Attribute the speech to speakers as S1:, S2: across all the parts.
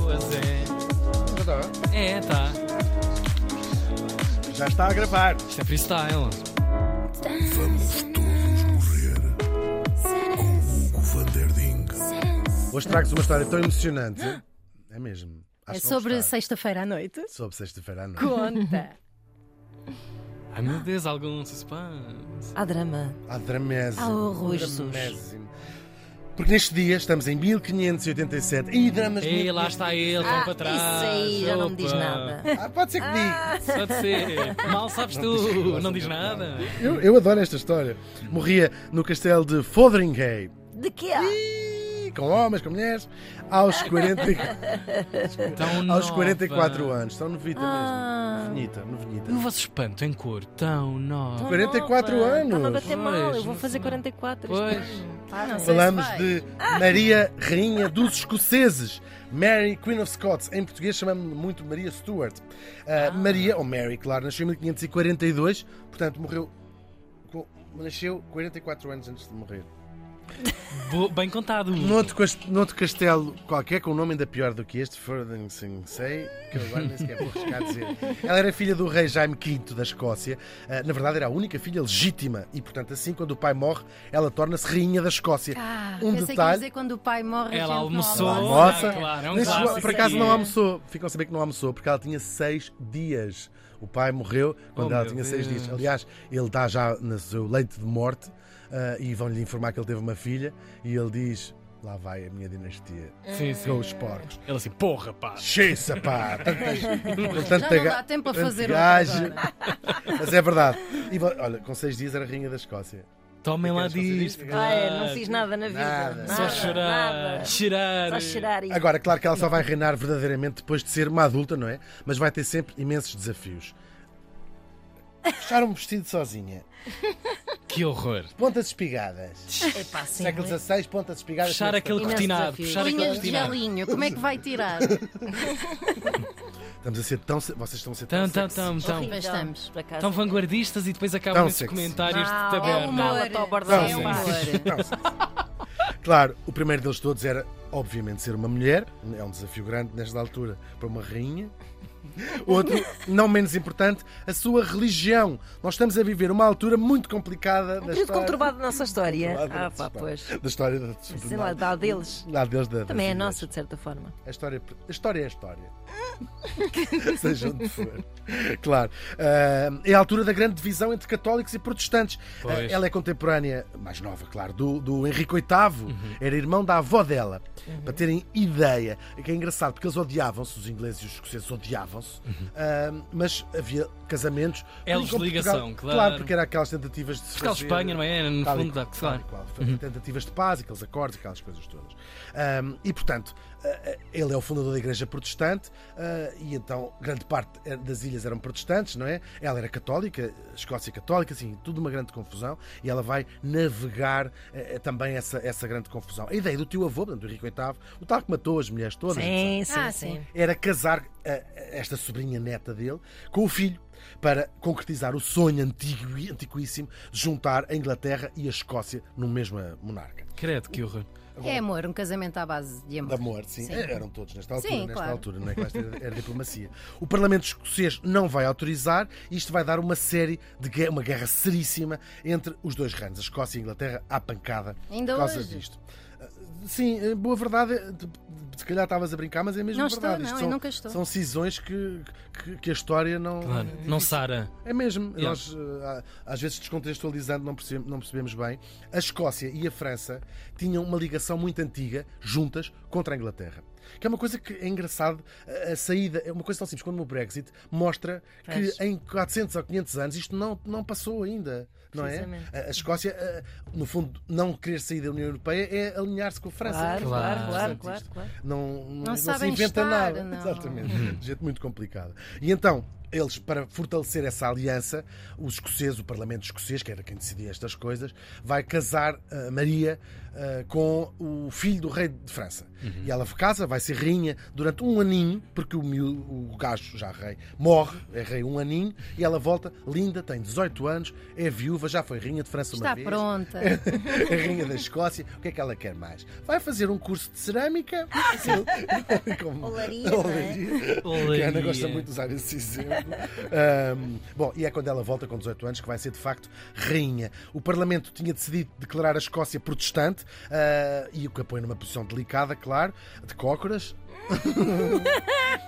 S1: horas é.
S2: Já está,
S1: É, tá.
S2: já está a gravar.
S1: Isto é freestyle.
S3: Vamos todos morrer com Hugo van der Ding.
S2: Hoje trago-vos uma história tão emocionante. É mesmo. Acho
S4: É
S2: que vão
S4: sobre
S2: gostar.
S4: sexta-feira à noite.
S2: Sobre sexta-feira à noite.
S4: Conta.
S1: Ai meu Deus, algum suspense.
S5: Há drama.
S2: Há dramésimo.
S5: Há horrores.
S2: Dramésimo. Porque neste dia estamos em 1587. E dramas
S1: Ei,
S2: muito-
S1: lá está ele, vão para trás.
S5: Ah, Isso aí já não me diz
S1: Opa.
S5: nada.
S2: Ah, pode ser que diga.
S1: Pode ser. Mal sabes
S2: diz-
S1: tu,
S2: não
S1: não
S2: diz
S1: diz nada.
S2: Eu, eu adoro esta história. Morria no castelo de Fotheringhay.
S5: De que há?
S2: Ih, Com homens, com mulheres, aos, 40, e-
S1: Tão
S2: aos
S1: Então, nova.
S2: 44 anos. Estão novita
S5: Ah.
S2: mesmo. Novinhita, novinhita.
S1: No vosso espanto em cor, tão nova.
S2: 44 anos.
S5: Estava a bater mal, eu
S1: Pois,
S5: vou
S1: não
S5: fazer
S1: sei.
S5: 44
S1: Pois.
S5: este ano. Parem.
S4: sei.
S2: Falamos
S4: vai.
S2: de Maria Rainha dos Escoceses, Mary Queen of Scots. Em português chamamos muito Maria Stuart. Ah, Maria, ou Mary, claro, nasceu em 1542, portanto morreu. com- Nasceu 44 anos antes de morrer.
S1: Bo- Bem contado.
S2: Noutro, cas- noutro castelo qualquer, com um nome ainda pior do que este, Ferdinand, sei, que eu agora nem sequer vou arriscar dizer. Ela era filha do rei Jaime V da Escócia. Ah, na verdade, era a única filha legítima. E, portanto, assim, quando o pai morre, ela torna-se rainha da Escócia.
S4: Ah,
S2: um
S4: pensei que ia
S2: detalhe.
S4: dizer quando o pai morre. a gente
S1: Ela
S4: não
S1: almoçou.
S2: Ela
S4: almoça.
S2: almoça.
S1: Ah, claro, é um
S2: Nem chegou-
S1: clássico
S2: por acaso
S1: aqui.
S2: não almoçou. Ficam a saber que não almoçou, porque ela tinha seis dias. O pai morreu quando
S1: Oh,
S2: ela
S1: meu
S2: tinha seis
S1: Deus.
S2: dias. Aliás, ele está já no seu leito de morte ah, e vão-lhe informar que ele teve uma filha e ele diz: Lá vai a minha dinastia.
S1: Sim, sim.
S2: Com os porcos.
S1: Ele assim, porra, pá.
S2: Xissa, pá! Tantas- com
S4: Já
S2: tanta
S4: não
S2: ga-
S4: dá tempo a
S2: tanto
S4: fazer
S2: gajo.
S4: outra agora.
S2: Mas é verdade. E, vo- olha, com seis dias era rainha da Escócia.
S1: Tomem lá
S2: Queres fazer
S1: disto.
S2: isto?
S5: Ah, é, não fiz nada na vida.
S2: Nada.
S5: Nada,
S1: Só chorar.
S5: nada.
S1: Cheirar.
S5: Só cheirar e.
S2: Agora, claro que ela só vai reinar verdadeiramente depois de ser uma adulta, não é? Mas vai ter sempre imensos desafios. Puxar um vestido sozinha.
S1: Que horror.
S2: Pontas espigadas.
S5: Epá, sim,
S2: Século
S5: não é?
S2: XVI, pontas espigadas.
S1: Puxar aquele
S5: Imenso
S1: cortinado.
S5: desafio.
S1: Puxar aquele
S4: Unhas de
S1: cortinado.
S4: gelinho, como é que vai tirar?
S2: Estamos a ser tão. se- Vocês estão a ser tão.
S1: Tão, tão,
S2: sexy.
S1: tão, tão.
S5: Horrível,
S4: estamos.
S5: por acaso.
S1: Tão vanguardistas e depois acabam
S2: Tão
S1: esses
S2: sexy.
S1: comentários
S5: Mal,
S1: de
S5: é
S1: taberna.
S5: humor, é humor.
S2: Tão
S4: É
S2: sexy.
S4: humor.
S2: Tão sexy. Claro, o primeiro deles todos era, obviamente, ser uma mulher. É um desafio grande nesta altura para uma rainha. Outro, não menos importante, a sua religião. Nós estamos a viver uma altura muito complicada
S5: Um
S2: da
S5: período
S2: história.
S5: conturbado da nossa história.
S2: Conturbado da
S5: Ah, pá,
S2: história.
S5: pois.
S2: da história da
S5: Sei lá, dá deles.
S2: Lá deles da,
S5: Também é
S2: das
S5: nossa, de certa forma.
S2: A história, a história é a história. Seja onde for. Claro. Ah, é a altura da grande divisão entre católicos e protestantes.
S1: Pois.
S2: Ah, ela é contemporânea, mais nova, claro, do, do Henrique VIII.
S1: Uhum.
S2: Era irmão da avó dela. Para terem ideia, que é engraçado, porque eles odiavam-se, os ingleses e os escoceses odiavam-se,
S1: Uhum.
S2: Ah, mas havia casamentos.
S1: Elos
S2: com
S1: de
S2: Portugal.
S1: ligação, É claro.
S2: Claro, porque era aquelas tentativas de se fazer-
S1: Portugal-Espanha, não é? No
S2: Tal e
S1: fundo,
S2: qual,
S1: dá- claro.
S2: tal e qual. Foi Tentativas de paz, aqueles acordos, aquelas coisas todas. Ahm, e, portanto, ah, ele é o fundador da Igreja Protestante ah, e, então, grande parte das ilhas eram protestantes, não é? Ela era católica, Escócia católica, assim, tudo uma grande confusão e ela vai navegar eh, também essa, essa grande confusão. A ideia do teu avô, portanto, do Henrique VIII, o tal que matou as mulheres todas, etc
S5: Sim, sim,
S4: Ah,
S5: sim.
S2: era casar eh, esta sobrinha neta dele com o filho para concretizar o sonho antigo e antiquíssimo de juntar a Inglaterra e a Escócia no mesmo monarca.
S1: Credo, que horror.
S4: É amor, um casamento à base de
S2: De
S4: amor.
S2: amor, sim.
S4: Sim.
S2: Eh, Eram todos nesta altura,
S4: Sim,
S2: nesta
S4: claro.
S2: altura, não é? Que esta era, era diplomacia. O Parlamento Escocês não vai autorizar e isto vai dar uma série de guerra, uma guerra seríssima entre os dois reinos, a Escócia e a Inglaterra, à pancada
S4: Ainda
S2: por causa
S4: hoje.
S2: disto. Eh, Sim, eh, boa verdade, eh, de- de- se calhar estavas a brincar, mas é mesmo
S4: Não estou,
S2: verdade.
S4: não,
S2: Isto
S4: eu
S2: são,
S4: nunca estou.
S2: São cisões que, que, que a história não.
S1: Claro. Não Sara.
S2: É mesmo.
S1: Yeah.
S2: Nós, eh, a- às vezes, descontextualizando, não percebe- não percebemos, bem. A Escócia e a França tinham uma ligação muito antiga, juntas, contra a Inglaterra. Que é uma coisa que é engraçado. A a saída, é uma coisa tão simples como o Brexit, mostra
S5: Pois.
S2: que em 400 ou 500 anos isto não, não passou ainda. Não é?
S5: Precisamente.
S2: A a Escócia, eh, no fundo, não querer sair da União Europeia é alinhar-se com a França.
S5: Claro,
S1: Claro.
S5: claro, claro,
S2: Portanto,
S5: claro.
S2: isto
S5: claro.
S2: Não, não, não se
S4: sabem
S2: inventa
S4: estar,
S2: nada.
S4: não.
S2: Exatamente. Gente muito complicada. E então, eles, para fortalecer essa aliança, os escoceses, o Parlamento escocês, que era quem decidia estas coisas, vai casar eh, Maria eh, com o filho do rei de França. E ela casa, vai ser rainha durante um aninho, porque o, miú- o gajo, já rei, morre, é rei um aninho, e ela volta, linda, tem 18 anos, é viúva, já foi rainha de França uma
S4: Está
S2: vez.
S4: pronta.
S2: A rainha da Escócia, o que é que ela quer mais? Vai fazer um curso de cerâmica. Como-
S5: Olaria, não é?
S2: Olaria.
S1: Olaria.
S2: Que a Ana gosta muito de usar esse exemplo. Ahm, bom, e é quando ela volta com 18 anos que vai ser de facto rainha. O Parlamento tinha decidido declarar a Escócia protestante ah, e o que a põe numa posição delicada, claro, de cócoras.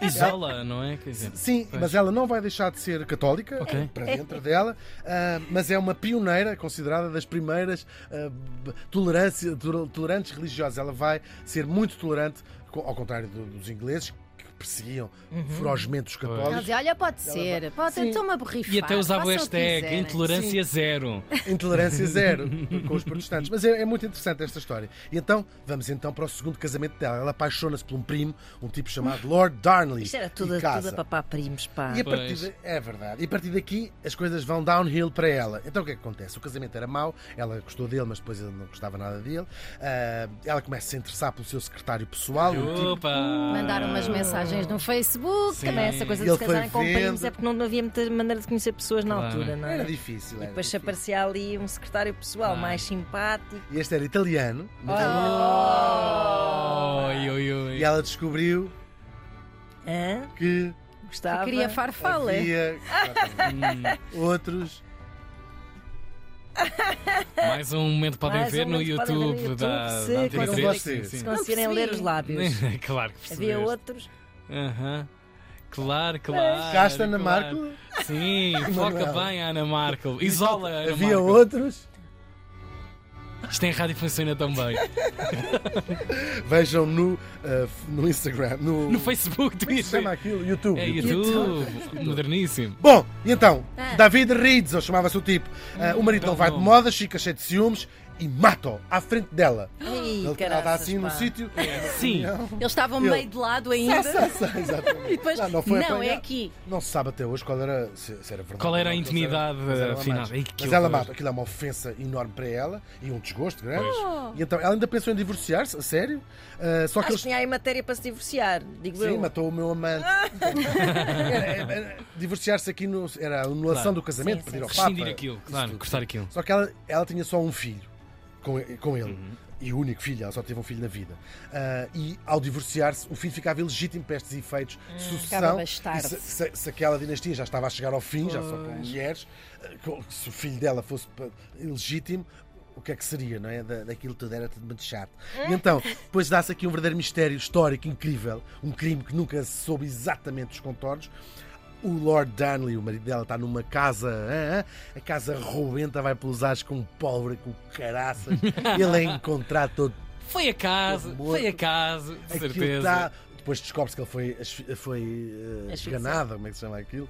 S1: Isola, não é? Quer dizer,
S2: Sim,
S1: Pois.
S2: mas ela não vai deixar de ser católica eh,
S1: Ok.
S2: para dentro dela, ah, mas é uma pioneira, considerada das primeiras ah, b- tolerância- tol- tolerantes religiosas. Ela vai ser muito tolerante, co- ao contrário do- dos ingleses que perseguiam
S1: Uhum.
S2: ferozmente os
S4: Ela
S2: católicos.
S4: diz, olha, pode ser, pode, estou-me a borrifar.
S1: E até usava o
S4: façam que
S5: né?
S1: hashtag
S4: quiserem."
S1: intolerância zero.
S5: é.
S2: Intolerância zero com os protestantes. Mas é, é muito interessante esta história. E então, vamos então para o segundo casamento dela. Ela apaixona-se por um primo, um tipo chamado Lord Darnley.
S5: Isto era
S2: e
S5: tudo, tudo
S2: casa.
S5: a papá primos, pá.
S2: E a
S1: Ah, Pois.
S2: partir de- é verdade. E a partir daqui as coisas vão downhill para ela. Então o que é que acontece? O casamento era mau, ela gostou dele, mas depois ele não gostava nada dele. Ah, ela começa a se interessar pelo seu secretário pessoal. um tipo-
S1: Opa! Ah.
S4: Mandaram umas mensagens no Facebook.
S1: Sim.
S5: Também essa coisa
S2: Ele
S5: de se casarem
S2: foi
S5: com primos
S2: vendo.
S5: é porque não havia muita maneira de conhecer pessoas na
S1: Claro.
S5: altura, não
S2: Era
S5: é?
S2: difícil.
S5: E
S2: era
S5: depois se
S2: difícil.
S5: aparecia ali um secretário pessoal
S1: Claro.
S5: mais simpático.
S2: E este era italiano.
S5: Oh.
S2: mas-
S1: Oi, oi, oi.
S2: E ela descobriu
S1: Oh!
S5: Hã?
S2: que
S5: Gostava?
S4: Queria farfala.
S2: havia
S1: Hum,
S2: outros.
S1: mais um momento podem
S5: Mais um
S1: ver no
S5: momento podem ver no
S1: YouTube da,
S5: YouTube, um se
S1: da Antena
S5: conseguirem-
S1: 3.
S2: se
S1: Sim,
S5: Se
S1: sim.
S5: conseguirem
S4: Não
S5: ler os
S4: percebi.
S5: lábios.
S1: claro que percebeste.
S5: Havia outros.
S1: Aham. Claro, claro.
S2: Casta Ana
S1: claro.
S2: Marco.
S1: Sim, foca
S2: Manuel.
S1: bem a Ana Marco. Isola a Ana
S2: Havia
S1: Marco.
S2: outros.
S1: Isto em rádio funciona tão bem.
S2: Vejam no, ah, f- no Instagram. No,
S1: No Facebook,
S2: Como é que se
S1: Twitter.
S2: chama aquilo? YouTube.
S1: É YouTube. Moderníssimo.
S2: Bom, e então,
S5: É.
S2: David Reeds, ou chamava-se o tipo, Ah, o marido
S1: belo
S2: não vai de
S1: nome.
S2: moda, fica cheio de ciúmes e mata-o à frente dela.
S5: Ei,
S2: Ele está
S5: caraças,
S2: assim
S5: pá. É.
S2: no sítio.
S1: Sim.
S4: Eles estavam
S2: Eu-
S4: meio de lado ainda.
S2: Sá, sá, sá, exatamente.
S4: E depois,
S2: Não,
S4: não,
S2: não foi
S4: é
S2: apanhado.
S4: aqui.
S2: Não se sabe até hoje qual era, se, se era verdade.
S1: Qual era a
S2: ou não, mas era-
S1: intimidade
S2: mas era uma
S1: final?
S2: mata.
S1: Ei, que
S2: Mas ela
S1: horror.
S2: mata, aquilo é uma ofensa enorme para ela e um desgosto grande. E então ela ainda pensou em divorciar-se, a sério. Ah, só que
S5: Oh. Acho que
S2: eles.
S5: tinha Ah. aí matéria para se divorciar, digo
S2: Sim,
S5: eu.
S2: matou o meu amante. Era- era- era- Divorciar-se aqui no, era a anulação
S1: Claro.
S2: do casamento,
S5: Sim,
S2: pedir
S5: sim.
S2: ao Papa.
S1: Rescindir aquilo, claro, cortar aquilo.
S2: Só que ela, ela tinha só um filho com, com ele. E o único filho, ela só teve um filho na vida. Ah, e ao divorciar-se, o filho ficava ilegítimo para estes efeitos de
S4: Ficava
S2: sucessão.
S4: bastardo.
S2: E se, se- se aquela dinastia já estava a chegar ao fim, já só com mulheres, ah, com- se o filho dela fosse pa- ilegítimo. O que é que seria, não é? Da, daquilo tudo era tudo muito chato. E então, depois dá-se aqui um verdadeiro mistério histórico incrível, um crime que nunca se soube exatamente os contornos. O Lord Darnley, o marido dela, está numa casa, hã, hã, a casa roubenta, vai pelos ares com pólvora, com caraças. Ele é encontrado todo.
S1: Foi acaso,
S2: Morto.
S1: foi acaso, de
S2: aquilo
S1: certeza.
S2: tá- Depois descobre-se que ele foi, asfi- foi eh, esganado, como é que se chama aquilo?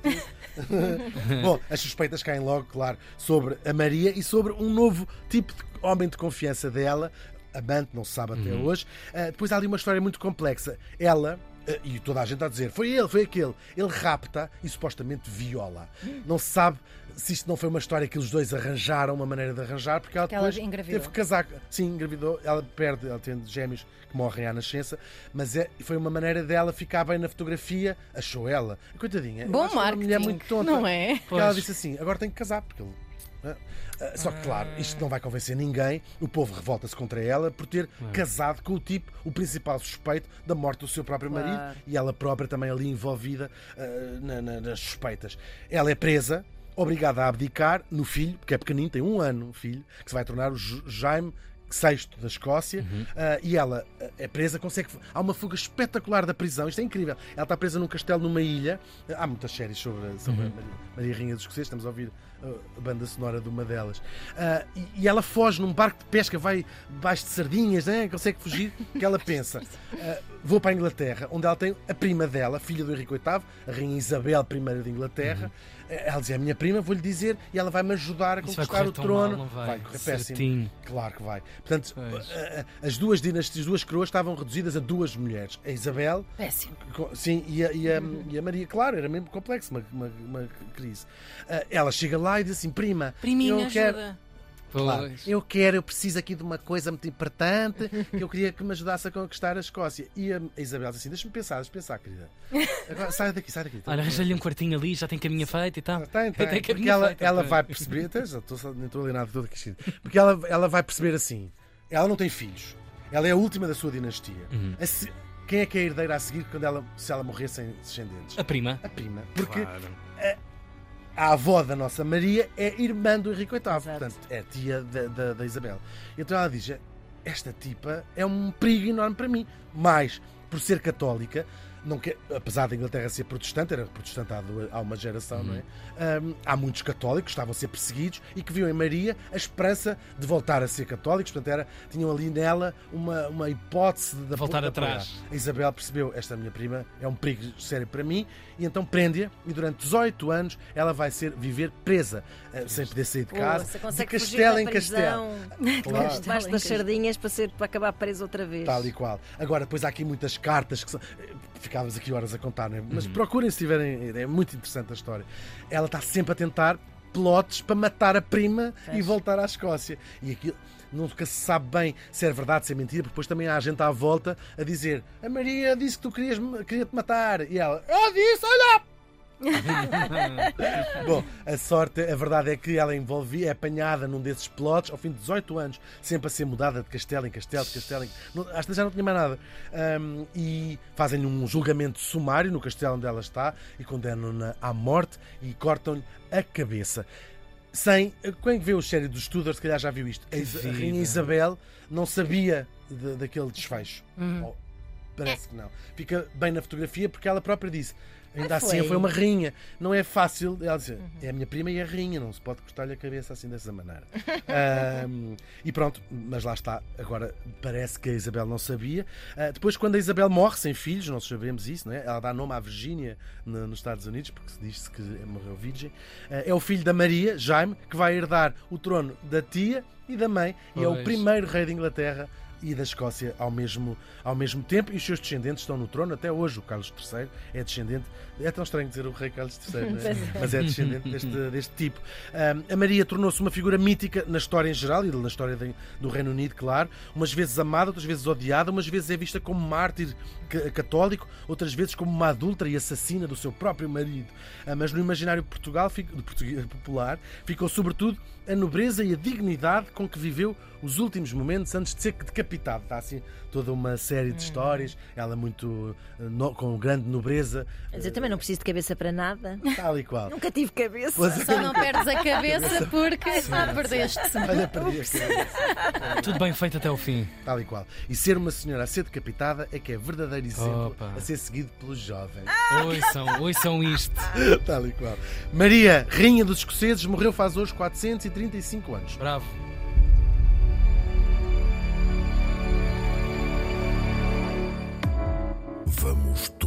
S2: Bom, as suspeitas caem logo, claro, sobre a Maria e sobre um novo tipo de homem de confiança dela, amante, não se sabe até hoje. Ah, depois há ali uma história muito complexa. Ela. ah, E toda a gente a dizer, foi ele, foi aquele. Ele rapta e supostamente viola. Não se sabe se isto não foi uma história que os dois arranjaram, uma maneira de arranjar, porque ela
S4: Que ela
S2: depois
S4: engravidou.
S2: teve que casar. Sim, engravidou. Ela perde, ela tem gêmeos que morrem à nascença, mas é, foi uma maneira dela ficar bem na fotografia, achou ela. Coitadinha. eu
S4: Bom
S2: acho Uma mulher
S4: marketing,
S2: muito tonta.
S4: não é?
S2: Porque ela
S1: Pois.
S2: disse assim: agora tem que casar, porque ele. Ah, ah, Só que, claro, isto não vai convencer ninguém. O povo revolta-se contra ela por ter casado com o tipo, o principal suspeito da morte do seu próprio marido e ela própria também ali envolvida ah, na- na- nas suspeitas. Ela é presa, obrigada a abdicar no filho, que é pequenino, tem um ano, um filho, que se vai tornar o J- Jaime VI da Escócia, ah, e ela ah, é presa, consegue. Há uma fuga espetacular da prisão, isto é incrível. Ela está presa num castelo numa ilha. Ah, Há muitas séries sobre, sobre
S1: Uhum.
S2: a Maria, Maria Rainha dos Escoceses, estamos a ouvir ah, a banda sonora de uma delas. Ah, e, e ela foge num barco de pesca, vai debaixo de sardinhas, né? consegue fugir, que ela pensa. ah, vou para a Inglaterra, onde ela tem a prima dela, filha do Henrique VIII, a Rainha Isabel I de Inglaterra. Ela diz: É a minha prima, vou-lhe dizer, e ela vai-me ajudar a
S1: Uhum. Isso vai
S2: conquistar
S1: correr
S2: o
S1: tão
S2: trono.
S1: mal, não vai?
S2: correr péssimo.
S1: Certinho.
S2: Claro que vai. Portanto,
S1: Pois.
S2: a- a- as duas dinastias, as duas coroas estavam reduzidas a duas mulheres. A Isabel
S4: Péssimo.
S2: Co- Sim, e a, e a- e a Maria, claro, era mesmo complexo, uma, uma, uma crise. Ah, Ela chega lá e diz assim: prima, eu
S6: Priminha,
S2: quero.
S6: ajuda.
S2: Claro,
S1: Pois.
S2: eu quero, eu preciso aqui de uma coisa muito importante que eu queria que me ajudasse a conquistar a Escócia. E a Isabel diz assim: deixa-me pensar, deixa-me pensar, querida. Agora, sai daqui, sai daqui. tá
S1: Olha, arranja-lhe um quartinho ali, já tem caminha feita e tal.
S2: Ah, Tem,
S1: Tem
S2: tem, tá
S1: então,
S2: porque
S1: caminha
S2: ela,
S1: feita.
S2: ela
S1: pois.
S2: vai perceber, até já estou, só- nem estou a ler nada de tudo aqui escrito. porque ela, ela vai perceber assim: ela não tem filhos, ela é a última da sua dinastia. A se- quem é que é a herdeira a seguir quando ela, se ela morrer sem descendentes?
S1: A prima.
S2: A prima. Porque a avó da nossa Maria é irmã do Henrique VIII, portanto, é tia da, da, da Isabel. Então ela diz: Esta tipa é um perigo enorme para mim. Mais, por ser católica, não que, apesar da Inglaterra ser protestante, era protestante há, duas- há uma geração, não é? Hum, há muitos católicos que estavam a ser perseguidos e que viam em Maria a esperança de voltar a ser católicos, portanto, era, tinham ali nela uma, uma hipótese de
S1: Voltar
S2: de apoiar.
S1: atrás.
S2: A Isabel percebeu, esta minha prima é um perigo sério para mim, e então prende-a, e durante 18 anos ela vai ser viver presa, eh, sem poder sair de casa,
S5: Poça,
S2: de
S5: consegue fugir
S2: castelo
S5: da
S2: em castelo.
S5: prisão.
S2: Claro.
S5: Debaixo das sardinhas para, ser, para acabar preso outra vez.
S2: Tal e qual. Agora, depois há aqui muitas cartas que são... eh, ficávamos aqui horas a contar, não é? mas procurem se tiverem. É muito interessante a história. Ela está sempre a tentar plotes para matar a prima e voltar à Escócia. E aquilo nunca se sabe bem se é verdade, se é mentira, porque depois também há gente à volta a dizer: A Maria disse que tu querias queria-te matar. E ela: Eu disse, olha! Bom, a sorte, a verdade é que ela envolvia, é apanhada num desses plots ao fim de 18 anos, sempre a ser mudada de castelo em castelo, de castelo em. Não, às vezes já não tinha mais nada. Ahm, e fazem-lhe um julgamento sumário no castelo onde ela está e condenam-na à morte e cortam-lhe a cabeça. Sem. Quem é vê o série dos Tudors, se calhar já viu isto. A, Isa- a Rainha
S1: vida.
S2: Isabel não sabia de- daquele desfecho. Ou- Parece que não. Fica bem na fotografia porque ela própria disse. Ainda
S5: Ah,
S2: assim,
S5: foi.
S2: foi uma rainha. Não é fácil. Ela disse, é a minha prima e a rainha. Não se pode cortar-lhe a cabeça assim dessa maneira. Ahm, e pronto, mas lá está. Agora, parece que a Isabel não sabia. Ah, depois, quando a Isabel morre sem filhos, não sabemos isso, não é? Ela dá nome à Virgínia no- nos Estados Unidos, porque se diz-se que morreu virgem. Ah, é o filho da Maria, Jaime, que vai herdar o trono da tia e da mãe. E é o
S1: Pois.
S2: primeiro primeiro rei da Inglaterra e da Escócia ao mesmo, ao mesmo tempo, e os seus descendentes estão no trono até hoje. O Carlos III é descendente, é tão estranho dizer o rei Carlos III, né? mas é descendente deste, deste tipo. Ahm, a Maria tornou-se uma figura mítica na história em geral e na história de- do Reino Unido, claro. Umas vezes amada, outras vezes odiada, umas vezes é vista como mártir ca- católico, outras vezes como uma adúltera e assassina do seu próprio marido. Ah, mas no imaginário de Portugal, fic- de português- popular, ficou sobretudo a nobreza e a dignidade com que viveu os últimos momentos antes de ser decapitado. Está assim toda uma série de histórias, ela muito eh, no- com grande nobreza,
S5: Mas eu também não preciso de cabeça para nada.
S2: tal e qual.
S5: Nunca tive cabeça.
S4: Só não perdes a cabeça porque ah, perdeste-se.
S2: Olha, perdi a cabeça.
S1: Tudo bem feito até o fim.
S2: Tal e qual. E ser uma senhora a ser decapitada é que é verdadeiro exemplo
S1: Opa.
S2: a ser seguido pelos jovens.
S1: Ouçam, ouçam isto.
S2: Tal e qual. Maria, rainha dos escoceses, morreu faz hoje 435 anos.
S1: Bravo.
S3: Vamos